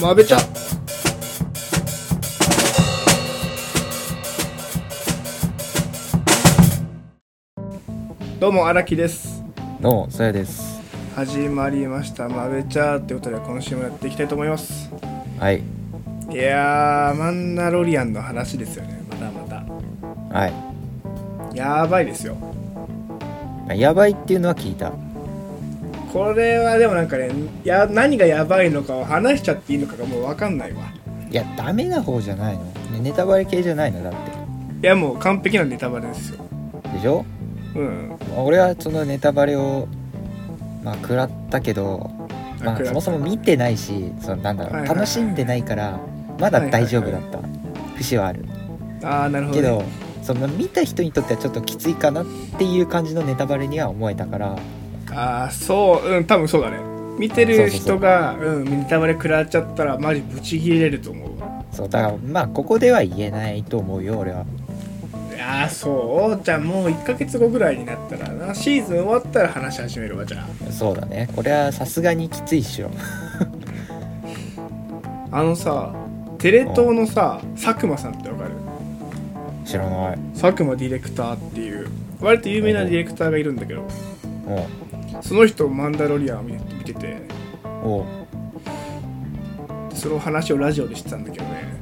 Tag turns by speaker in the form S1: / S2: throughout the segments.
S1: まべちゃどうも荒木です
S2: どうも、さやです。
S1: 始まりましたまべちゃということで今週もやっていきたいと思います
S2: はい。
S1: いやーマンナロリアンの話ですよねまたまた
S2: は
S1: やばいですよ
S2: い。やばいっていうのは聞いた。
S1: これはでもなんかねや何がやばいのかを話しちゃっていいのかがもう分かんないわ
S2: いや、ダメな方じゃないの。ねネタバレ系じゃないの、だっ
S1: いやもう完璧なネタバレですよ
S2: て。でしょ
S1: うん
S2: まあ俺はそのネタバレを、まあ、食らったけど、ま
S1: あ
S2: あ、
S1: くら
S2: そもそも見てないし、そのなんだろう、
S1: はいはいはい
S2: 楽しんでないから、まだ大丈夫だった。節はある。
S1: ああなるほど
S2: け
S1: ね、
S2: ど、その見た人にとってはちょっときついかなっていう感じのネタバレには思えたから、
S1: ああそううん多分そうだね見てる人がうんネタバレ食らっちゃったらマジブチギレると思うわ
S2: そう、だからまあ、ここでは言えないと思うよ、俺は。
S1: ああそうじゃあもう1ヶ月後ぐらいになったらなシーズン終わったら話し始めるわじゃ
S2: そうだね。これはさすがにきついっしょ。
S1: ああのさテレ東のさ佐久間さんってわかる
S2: 知らない。
S1: 佐久間ディレクターっていう割と有名なディレクターがいるんだけど
S2: うん。
S1: その人マンダロリアンを見て見てて
S2: お
S1: その話をラジオでしてたんだけどね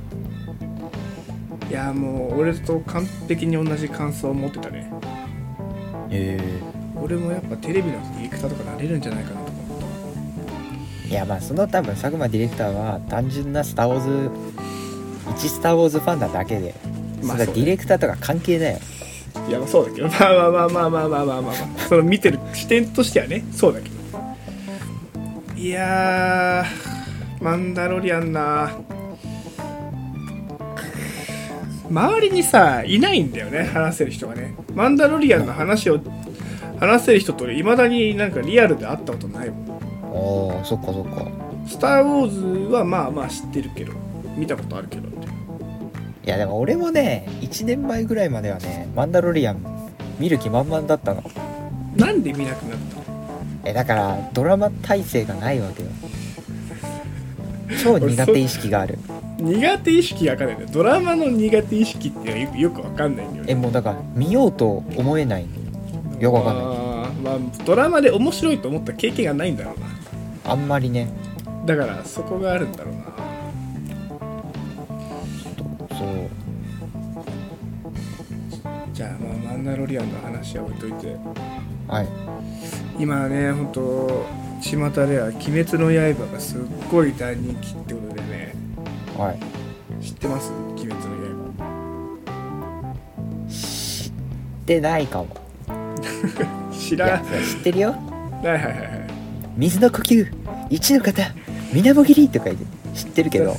S1: いやもう俺と完璧に同じ感想を持ってたね
S2: え
S1: 俺もやっぱテレビのディレクターとかなれるんじゃないかなと思っ
S2: いやまあその多分佐久間ディレクターは単純な「スター・ウォーズ」一スター・ウォーズファンなだけで、
S1: まあ
S2: それは
S1: そう
S2: デ
S1: ね
S2: ィレクターとか関係ないよ
S1: たいやまあそうだけどまあまあまあまあまあまあまあ、まあ、その見てる視点としてはねそうだけどいやーマンダロリアンな周りにさいないんだよね話せる人がねマンダロリアンの話を話せる人といまだになんかリアルで会ったことないもん
S2: ああそっかそっか
S1: 「スター・ウォーズ」はまあまあ知ってるけど見たことあるけどみたいない
S2: やでも俺もね1年前ぐらいまではね「マンダロリアン」見る気満々だったの
S1: なんで見なくなったの
S2: えだからドラマ体制がないわけよ超苦手意識がある
S1: 苦手意識がわかんないんだよドラマの苦手意識っていうのはよよくわかんないんだよ
S2: え
S1: ね
S2: もうだから見ようと思えないよくわかんない
S1: あーまあドラマで面白いと思った経験がないんだろうな
S2: あんまりね
S1: だからそこがあるんだろうな
S2: そう
S1: じゃあまあマンダロリアンの話は置いといて
S2: はい
S1: 今ね本当巷では「鬼滅の刃」がすっごい大人気ってことでね
S2: はい
S1: 知ってます鬼滅の
S2: でないかも
S1: 刃知
S2: い
S1: ら
S2: や
S1: ない
S2: 知ってるよ
S1: はいはいはいはい
S2: 水の呼吸一の方水面切りとか言って知ってるけど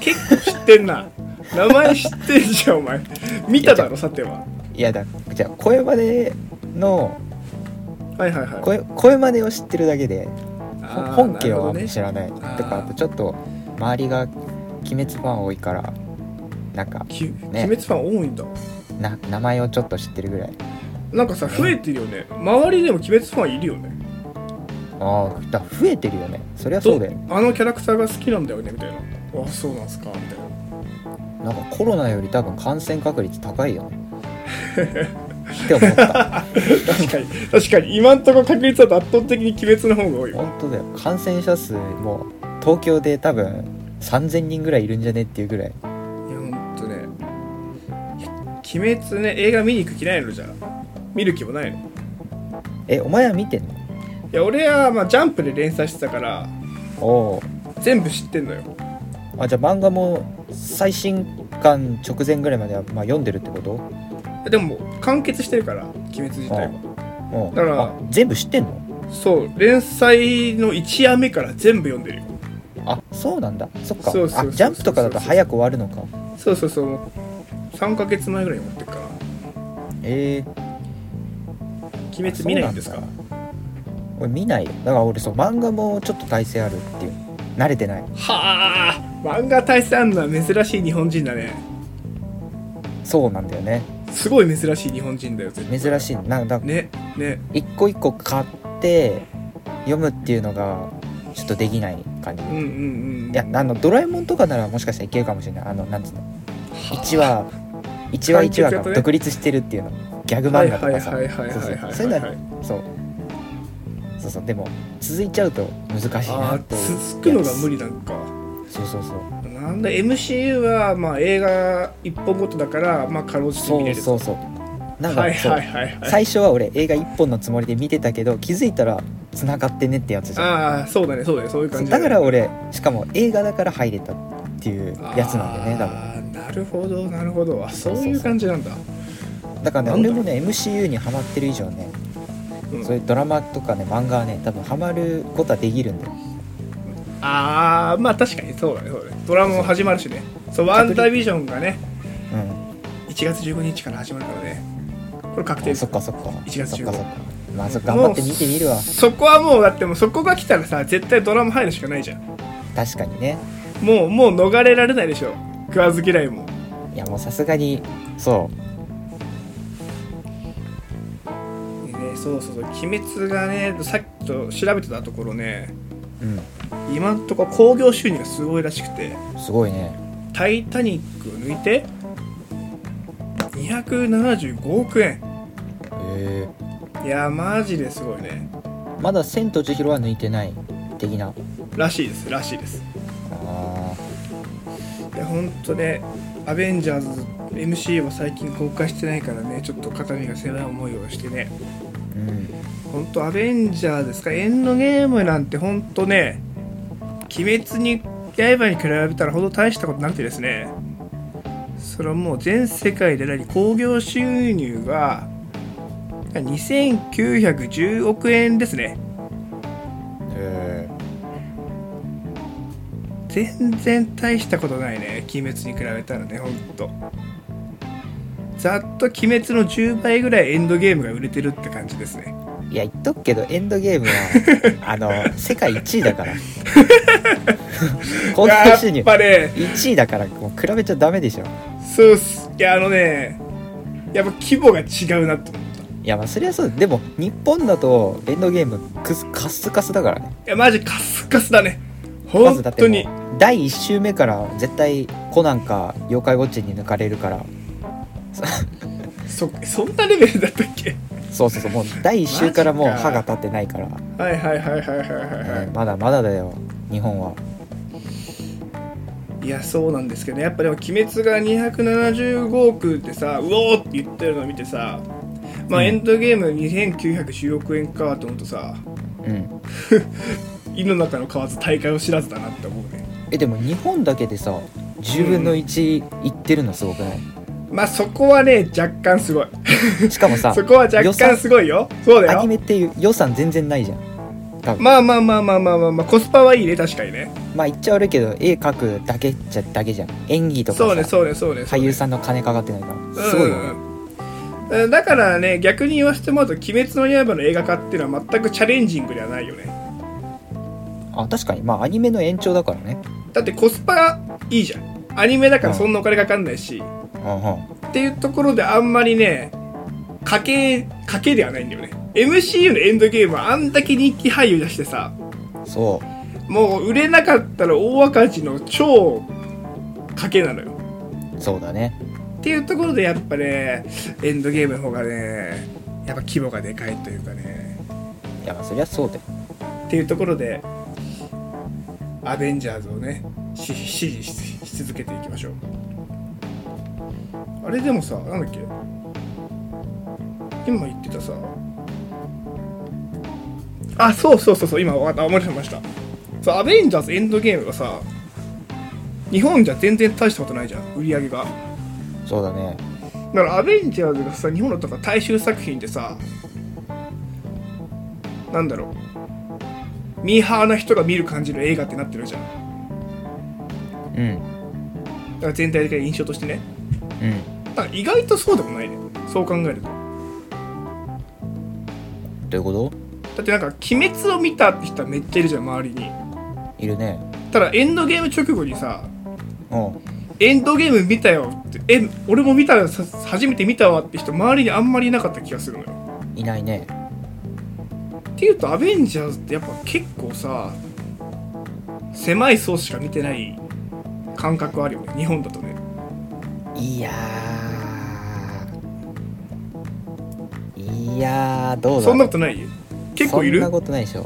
S1: 結構知ってんな名前知ってんじゃんお前見ただろさてはい
S2: やだじゃあ声までの
S1: はいはいはい
S2: 声声までを知ってるだけでほ
S1: あー
S2: 本
S1: な
S2: 家
S1: るほ
S2: は
S1: どね
S2: 知らないと
S1: ー
S2: かあとちょっと周りが「鬼滅」ファン多いからなんか
S1: き
S2: ね
S1: 鬼滅ファン多いんだ
S2: な名前をちょっと知ってるぐらい
S1: なんかさ増えてるよね周りでも鬼滅ファンいるよね
S2: ああだ増えてるよねそりゃそうだよね
S1: あのキャラクターが好きなんだよねみたいなあそうなんすかみたいな
S2: なんかコロナより多分感染確率高いよねって思った
S1: 確かに確かに今んとこ確率は圧倒的に鬼滅の方が多いよ
S2: 本当だよ感染者数も東京で多分3000人ぐらいいるんじゃねっていうぐらい
S1: いやほんとね鬼滅ね映画見に行く気ないのじゃあ見る気もないのい
S2: えお前は見てんの
S1: や俺はまあジャンプで連載してたから
S2: おお
S1: 全部知ってんのよ
S2: あじゃあ漫画も最新刊直前ぐらいまでは、まあ、読んでるってこと
S1: でも完結してるから鬼滅自体は
S2: うん
S1: だから
S2: あ全部知ってんの
S1: そう連載の1夜目から全部読んでるよ
S2: あそうなんだそっか
S1: そうそうそうそう
S2: あジャンプとかだと早く終わるのか
S1: そうそうそう3ヶ月前ぐらいに持ってるから
S2: ええ
S1: 鬼滅見ないんですか
S2: そう俺見ないよだから俺そう漫画もちょっと耐性あるっていう慣れてない
S1: はあ漫画大戦あんのは珍しい日本人だね
S2: そうなんだよね
S1: すごい珍しい日本人だよ絶対
S2: 珍しいなだから
S1: ねね
S2: 一個一個買って読むっていうのがちょっとできない感じ
S1: うんうんうん
S2: いやあのドラえもんとかならもしかしたらいけるかもしれないあのなんつうの1話1話1話
S1: 完結型
S2: が
S1: ね
S2: 独立してるっていうのギャグ
S1: はい
S2: 漫画と
S1: はい
S2: かさ
S1: はいはいはいはい
S2: そうそうそういう
S1: は
S2: のはいそうそうそうでも続いちゃうと難しいな
S1: あ
S2: っていう
S1: ー続くのが無
S2: 理
S1: 理なんか
S2: そうそうそう
S1: なんだ MCU はまあ映画一本ごとだからまあかろうじて見
S2: そ
S1: れる
S2: うそうそうなんか、
S1: はい
S2: そう
S1: はいはいはい
S2: 最初は俺映画1本のつもりで見てたけど気づいたら繋がってねってやつじゃん
S1: ああそうだねそうだねそういう
S2: そ
S1: 感
S2: う
S1: じ
S2: だ
S1: ね
S2: から俺しかも映画だから入れたっていうやつなんだよね多分
S1: あーなるほどなるほどあそういう感じなんだ
S2: だからね
S1: なんだ
S2: 俺もね MCU にハマってる以上ね、
S1: うん
S2: そういうドラマとかね漫画はね多分ハマることはできるんだよ
S1: ああまあ確かにそうだねそうだねドラマも始まるしねそうワンダービジョンがね
S2: うん
S1: 1月15日から始まるからねこれ確定
S2: あ
S1: です
S2: そっかそっか
S1: 1月
S2: そっ
S1: 15
S2: かそっかまあそっか頑張って見てみるわ
S1: そこはもうだってもうそこが来たらさ絶対ドラマ入るしかないじゃん
S2: 確かにね
S1: もうもう逃れられないでしょ食わず嫌いも
S2: いやもうさすがにそう
S1: でねそうそうそう「鬼滅」がねさっきと調べてたところね
S2: うん
S1: 今んとこ興行収入がすごいらしくて
S2: すごいね
S1: 「タイタニック」を抜いて275億円
S2: へえ
S1: いやマジですごいね
S2: まだ「千と千尋」は抜いてない的な
S1: らしいですらしいです
S2: あ
S1: いやほんとね「アベンジャーズ」MC は最近公開してないからねちょっと肩身が狭い思いをしてね
S2: ーうん
S1: ほんとアベンジャーですかエンドゲームなんてほんとね鬼滅に刃に比べたらほど大したことなくてですねそれはもう全世界で何興行収入が2910億円ですね
S2: へ
S1: 全然大したことないね鬼滅に比べたらねほんとざっと鬼滅の10倍ぐらいエンドゲームが売れてるって感じですね
S2: えいや言っとくけどエンドゲーム はあの世界1位だから興
S1: や
S2: 行
S1: っ
S2: 収入
S1: ぱね
S2: 1位だからもう比べちゃダメでしょ
S1: そうっすいやあのねやっぱ規模が違うなと思ったい
S2: いやまあそりゃそうでも日本だとエンドゲームクスカスカスだからね
S1: やマジカスカスだね
S2: ま
S1: 本
S2: ずだっ
S1: 当
S2: て
S1: に、
S2: もう第1週目から絶対コナンか妖怪ウォッチに抜かれるから
S1: そそんなレベルだったっけ
S2: そうそうそうもう第1週からもう
S1: マジか
S2: 歯が立ってないから
S1: はいはいはいはいはいはいは
S2: うんまだまだだよ日本はい
S1: いやそうなんですけどねやっぱでも「鬼滅」が275億ってさうおーって言ってるのを見てさまあ
S2: うん
S1: エンドゲーム2910億円かと思うとさ
S2: うん
S1: 井の中の蛙大会を知らずだなって思うね
S2: えでも日本だけでさ10分の1いってるのすごくない、
S1: まあそこはね若干すごい
S2: しかもさ
S1: そこは若
S2: 予
S1: 干
S2: 算
S1: すごいよそうだ
S2: アニ
S1: よ
S2: メっていう予算全然ないじゃん多分ま
S1: まあまあまあまあまあまあ、まあ、コスパはいいね確かにね
S2: あ言っちゃ悪いけど絵描くだけじゃだけじゃん演技とかさ
S1: そうねそうねそうねそう
S2: 俳
S1: ね
S2: 優さんの金かかってないからすごいよね、
S1: うんうんうんだからね逆に言わせてもらうと「鬼滅の刃」の映画化っていうのは全くチャレンジングではないよね
S2: あ確かにまあアニメの延長だからね
S1: だってコスパがいいじゃんアニメだからそんなお金かかんないし、
S2: うんうん
S1: っていうところであんまりね賭け賭けではないんだよね MCU のエンドゲームはあんだけ人気俳優出してさ
S2: そ
S1: もう売れなかったら大赤字の超賭けなのよ
S2: うそうだね
S1: っていうところでやっぱねエンドゲームの方がねやっぱ規模がでかいというかね
S2: いやまあそりゃそうだよ
S1: っていうところでアベンジャーズをねし支持しし続けていきましょうあれでもさなんだっけ今言ってたさあそうそうそうそう今分かった思い出しましたそうアベンジャーズエンドゲームがさ日本じゃ全然大したことないじゃん売り上げが
S2: そうだね
S1: だからアベンジャーズがさ日本のとか大衆作品でさなんだろうミーハーな人が見る感じの映画ってなってるじゃんだ
S2: うん
S1: から全体的な印象としてね
S2: うん
S1: だから意外とそうでもないねそう考えるとだ
S2: どういうこと
S1: ってなんか「鬼滅」を見たって人はめっちゃいるじゃん周りに
S2: いるね
S1: ただエンドゲーム直後にさ
S2: うん
S1: エンドゲーム見たよってえ俺も見たよさ初めて見たわって人周りにあんまりいなかった気がするのよ
S2: いないね
S1: っていうとアベンジャーズってやっぱ結構さ狭い層しか見てない感覚あるよね日本だとね
S2: いやーいやーどうだろう
S1: そんなことない結構いる
S2: そんなことないでしょ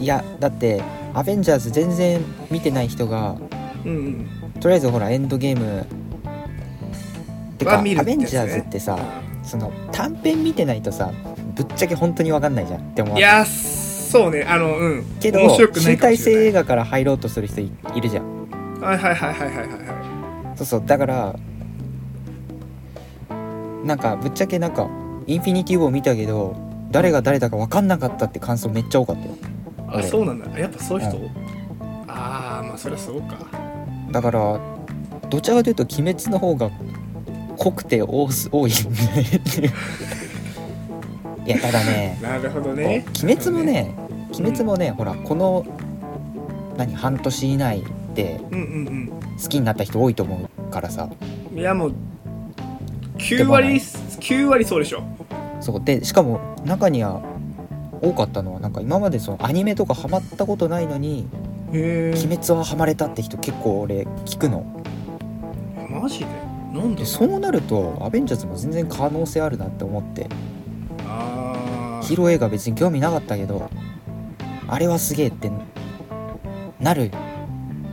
S2: いやだって「アベンジャーズ」全然見てない人が
S1: うん
S2: とりあえずほらエンドゲームてか、
S1: は見る
S2: ア
S1: ってやつ
S2: ベ
S1: ね
S2: ンジャーズってさその短編見てないとさぶっちゃけ本当に分かんないじゃんって思
S1: うん
S2: わ
S1: いやーそうねあのうん
S2: けど
S1: 面白くない
S2: 集
S1: かも
S2: 大
S1: し
S2: 成
S1: れ
S2: 映
S1: ない
S2: 画から入ろうとする人いいるじゃん
S1: はいはいはいはいはいはいはい
S2: そうそうだからなんかぶっちゃけなんか「インフィニティ・ウォー」見たけど誰が誰だか分かんなかったって感想めっちゃ多かったよ
S1: あ
S2: 俺
S1: そうなんだやっぱそういう人、
S2: う
S1: ああまあそりゃそうか
S2: だからどちらかというと「鬼滅」の方が濃くて多す多いよねいやただね
S1: なるほど
S2: こう
S1: ね
S2: 鬼滅もね鬼滅もね、ほらこの何半年以内で
S1: うんうん
S2: 好きになった人多いと思うからさ
S1: うんいやもう9割9割そうでしょ
S2: そうでしかも中には多かったのはなんか今までそのアニメとかハマったことないのに「
S1: へ
S2: 鬼滅はハマれた」って人結構俺聞くの
S1: えマジでなん
S2: で
S1: で
S2: そうなると「アベンジャーズ」も全然可能性あるなって思って
S1: あ
S2: ヒー
S1: ー
S2: ロー映画別に興味なかったけどあれはすげえってなる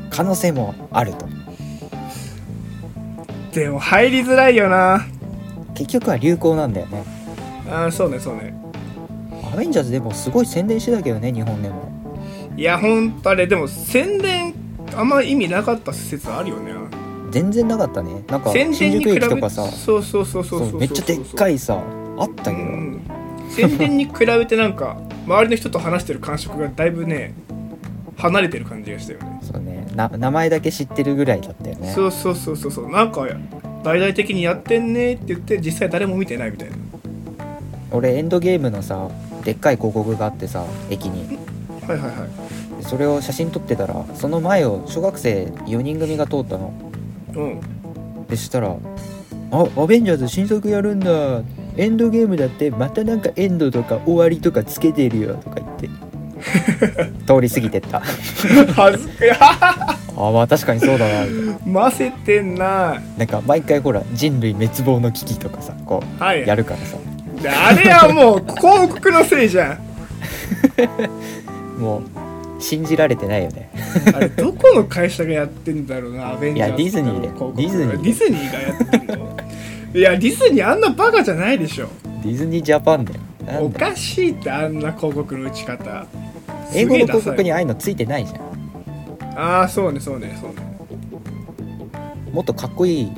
S2: 可能性もあると
S1: でも入りづらいよな
S2: 結局は流行なんだよね
S1: あーそうねそうね
S2: アベンジャーズでもすごい宣伝してたけどね日本でも
S1: いやほんとあれでも宣伝あんま意味なかった説あるよね
S2: 全然なかったねなんか
S1: 宣
S2: 新
S1: 伝に
S2: 宿
S1: 比べ
S2: 駅
S1: て
S2: とかさ
S1: そうそうそうそうそう
S2: そうめっちゃでっか
S1: い
S2: いさあったけど、
S1: うん、宣伝に比べてなんか周りの人と話してる感触がだいぶね離れてる感じがしたよね
S2: そうねな名前だけ知ってるぐらいだったよね
S1: そうそうそうそうそうなんか大々的にやってんねって言って実際誰も見てないみたいな
S2: 俺エンドゲームのさでっかい広告があってさ駅に
S1: はいはいはい
S2: それを写真撮ってたらその前を小学生4人組が通ったの
S1: うん
S2: でしたら「あアベンジャーズ新作やるんだエンドゲームだってまたなんかエンドとか終わりとかつけてるよ」とか言って 通り過ぎてった
S1: 恥ずかし
S2: あまあ確かにそうだなみたいな
S1: いませてんな
S2: なんか毎回ほら人類滅亡の危機とかさこ
S1: は
S2: う
S1: い
S2: やるからさ
S1: あれはもう広告のせいじゃん
S2: もう信じられてないよね
S1: あれどこの会社がやってんだろうなアベンジャーズ
S2: いやディズニー
S1: の
S2: で
S1: 広告
S2: ディズニーで
S1: ディズニーがやってんのいやディズニーあんなバカじゃないでしょ
S2: ディズニージャパンだよな
S1: お
S2: んだよ
S1: かしいってあんな広告の打ち方
S2: 英語の広
S1: すげえダサ
S2: 告
S1: い
S2: にああいうのついてないじゃん
S1: ああそうねそうねそうね
S2: もっとかっこいい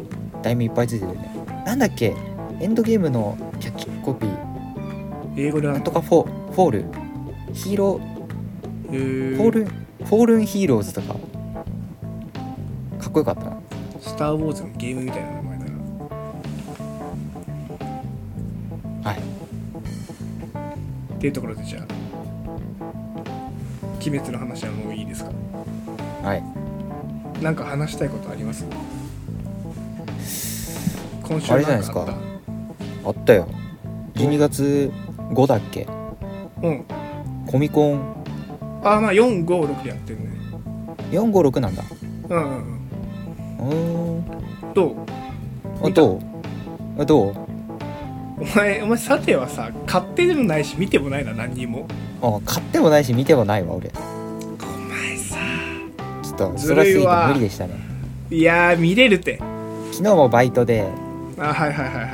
S2: 題名いっぱいついてるよねなんだっけエンドゲームのキャッチコピー
S1: 英語で
S2: な
S1: なんん
S2: と
S1: と
S2: かフォーフォールヒーロー
S1: へー
S2: フォールン、フォールンヒーローズとか、かっこよかったな。
S1: スター・ウォーズのゲームみたいな名前だな
S2: はい。
S1: っていうところでじゃあ「鬼滅」の話はもういいですか
S2: はい。
S1: なんか話したいことあります今週なんかあった
S2: あれじゃあったよ。12月5だっけ
S1: うん
S2: コミコン
S1: ああまあ456でやってるね
S2: 456なんだ。
S1: うんうん
S2: うーん。
S1: うんどう
S2: あ、
S1: 見た
S2: どうあ、どう
S1: お前お前さてはさ買ってでもないし見てもないな何にも
S2: あ、買ってもないし見てもないわ、俺。ち
S1: お前さ
S2: ょっと、
S1: ず
S2: 忙し
S1: る
S2: す
S1: い
S2: ぎて
S1: わ
S2: 無理でしたね。
S1: いやー見れるって
S2: 昨日もバイトで、
S1: あはいはいはいはいは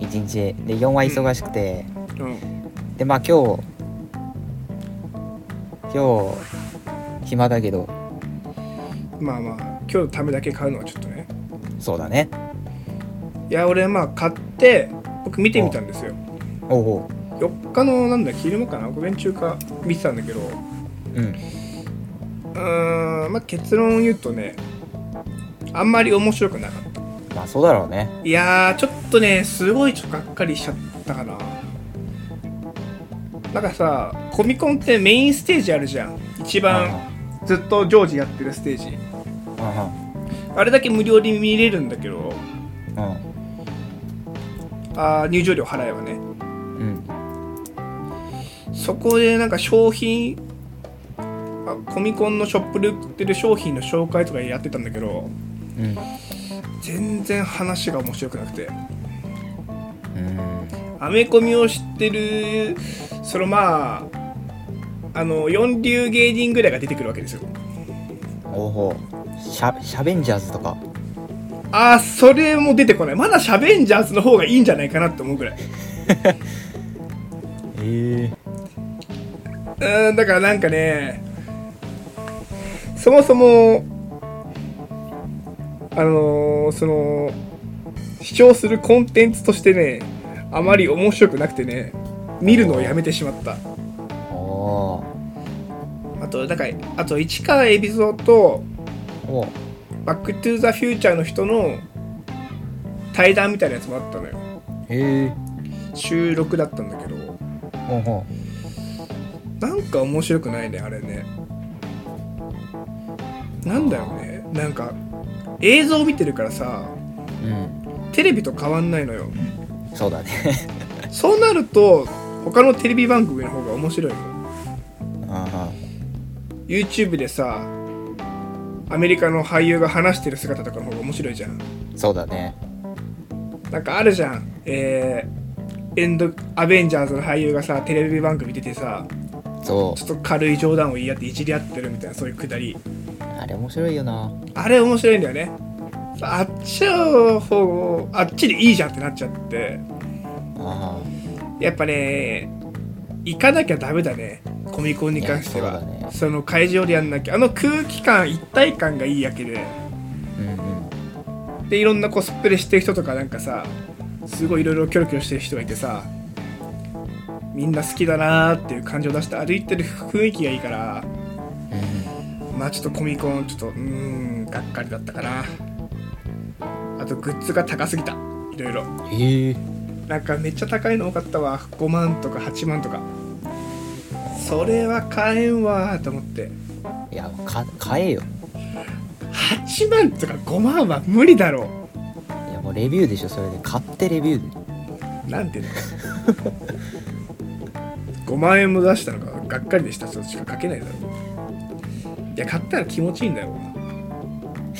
S2: 1日、で、4は忙しくて、
S1: いうん
S2: で、まあ今日、今日、暇だけど、
S1: まあまあ今日のためだけ買うのはちょっとね
S2: そうだね。
S1: いや俺まあ買って僕見てみたんですよ
S2: おうおう。
S1: 4日のなんだ昼間かな午前中か見てたんだけどう
S2: うん。
S1: ーんまあ結論言うとねあんまり面白くなかった
S2: まあそうだろうね。
S1: いやーちょっとねすごいちょっとがっかりしちゃったかななんかさコミコンってメインステージあるじゃん一番ずっと常時やってるステージ
S2: うんうん
S1: あれだけ無料で見れるんだけど
S2: うん
S1: あー入場料払えばね
S2: うん
S1: そこでなんか商品あかコミコンのショップで売ってる商品の紹介とかやってたんだけど
S2: うん
S1: 全然話が面白くなくて
S2: うん
S1: アメコミを知ってるそのまああの四流芸人ぐらいが出てくるわけですよ
S2: おおしゃしゃべんジャーズとか
S1: あーそれも出てこないまだシャベンジャーズの方がいいんじゃないかなって思うぐらい
S2: え
S1: うーんだからなんかねそもそもあのーその視聴するコンテンツとしてねあまり面白くなくてね見るのをやめてしまった
S2: えー、おー
S1: あとなんかあと市川海老蔵と
S2: お
S1: 「バック・トゥ・ザ・フューチャー」の人の対談みたいなやつもあったのよ
S2: ええ
S1: 収録だったんだけど
S2: ー、ほんほん
S1: なんか面白くないねあれねなんだろうねなんか映像見てるからさ
S2: うん
S1: テレビと変わんないのよ
S2: そうだね
S1: そうなると他のテレビ番組の方が面白いの
S2: あ
S1: YouTube でさアメリカの俳優が話してる姿とかの方が面白いじゃん
S2: あそうだね
S1: なんかあるじゃんえー、エンドアベンジャーズの俳優がさテレビ番組出てさ
S2: そ
S1: ちょっと軽い冗談を言い合っていじり合ってるみたいなそういうくだり
S2: うあれ面白いよな
S1: あれ面白いんだよねあっちの方あっちでいいじゃんってなっちゃって
S2: あ
S1: やっぱね行かなきゃダメだねコミコンに関して
S2: いや
S1: は
S2: そ
S1: そ,、
S2: うだね
S1: の会場でやんなきゃあの空気感一体感がいいやけで
S2: あうんうん
S1: でいろんなコスプレしてる人とかなんかさすごいいろいろキョロキョロしてる人がいてさみんな好きだなーっていう感じを出して歩いてる雰囲気がいいから
S2: うん
S1: まあちょっとコミコンちょっとうーんがっかりだったかなあとグッズが高すぎたいろいろ
S2: ええー、
S1: なんかめっちゃ高いの多かったわ5万とか8万とかそれは買えんわーと思って
S2: いやか買えよ
S1: 8万とか5万は無理だろ
S2: いやもうレビューでしょそれで買ってレビュー
S1: うなんてね5万円も出したのかがっかりでしたそれしか書けないだろういや買ったら気持ちいいんだよ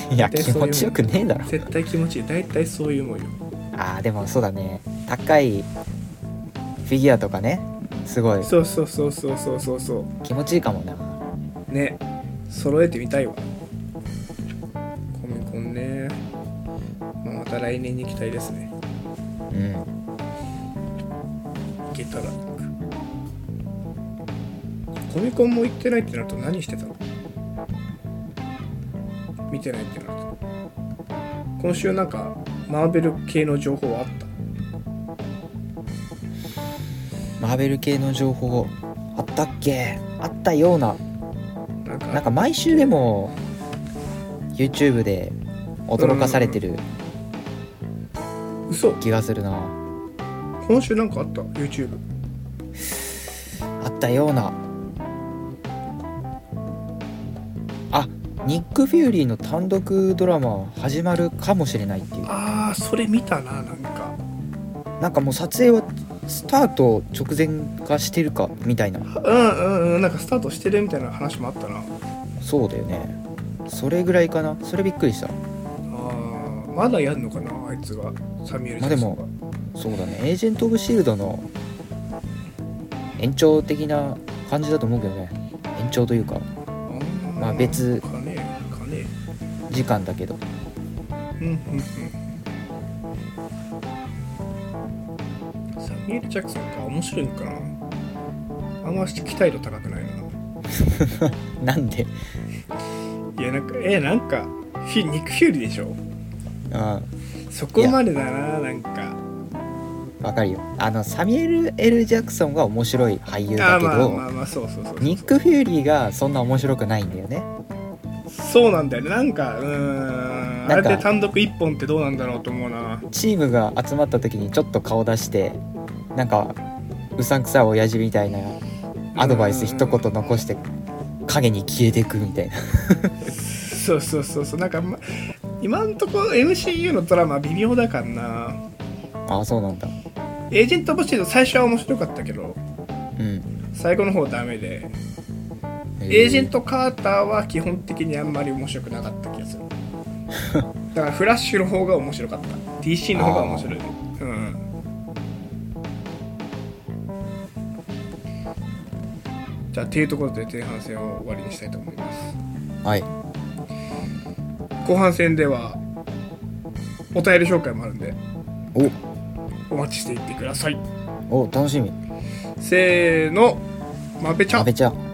S2: でいや
S1: で
S2: 気持ちよくねえだろ
S1: 絶対気持ちいい大体そういうもんよ
S2: あーでもそうだね高いフィギュアとかねすごい
S1: そうそうそうそうそうそうそう
S2: 気持ちいいかもな
S1: ね揃えてみたいわコミコンね、まあ、また来年に行きたいですね
S2: うん
S1: 行けたら行くコミコンも行ってないってなると何してたの見てないってなると今週なんかマーベル系の情報はあった
S2: マーベル系の情報あったっけあったような
S1: なんか
S2: なんか毎週でも YouTube で驚かされてる
S1: 嘘
S2: 気がするな、
S1: 今週なんかあった YouTube
S2: あったようなあニック・フューリーの単独ドラマ始まるかもしれないっていう
S1: ああそれ見たななんか
S2: なんかもう撮影はスタート直前化してるかみたいな
S1: うんうんうんなんかスタートしてるみたいな話もあったな
S2: そうだよねそれぐらいかなそれびっくりした
S1: あーまだやんのかなあいつがサミュエル・
S2: まあで
S1: ソ
S2: も
S1: ンが
S2: そうだねエージェント・オブ・シールドの延長的な感じだと思うけどね延長というか
S1: ー
S2: まあ別
S1: かねかね
S2: 時間だけど
S1: うんうんうんサミュエル・ジャクソンか面白いんかなあんま期待度高くないな
S2: なんで
S1: いやなんかえなんかフィニック・フューリーでしょ
S2: あ
S1: そこまでだななんか
S2: わかるよあのサミュエル・ L ・ジャクソンは面白い俳優
S1: あー
S2: だけど、
S1: まあまあまあそうそうそうそう
S2: ニック・フューリーがそんな面白くないんだよね
S1: そうなんだよねなんかうーんあ
S2: なん
S1: れ
S2: か
S1: で単独一本ってどうなんだろうと思うな
S2: チームが集まった時にちょっと顔出してなんかうさんくさい親父みたいなアドバイス一言残して影に消えていくみたいな
S1: そうそうそうそうなんか、ま、今んとこ MCU のドラマ微妙だからな
S2: ああそうなんだ
S1: エージェント・オブ・シールド最初は面白かったけど
S2: うん
S1: 最後の方ダメで
S2: へ
S1: エージェント・カーターは基本的にあんまり面白くなかった気がするだからフラッシュの方が面白かった DC の方が面白いうんじゃあっていうところで前半戦を終わりにしたいと思います
S2: はい
S1: 後半戦ではお便り紹介もあるんでお
S2: 哦
S1: 待ちしていってください
S2: おお楽しみ
S1: せーのまべちゃ
S2: 阿
S1: ん
S2: 部ちゃん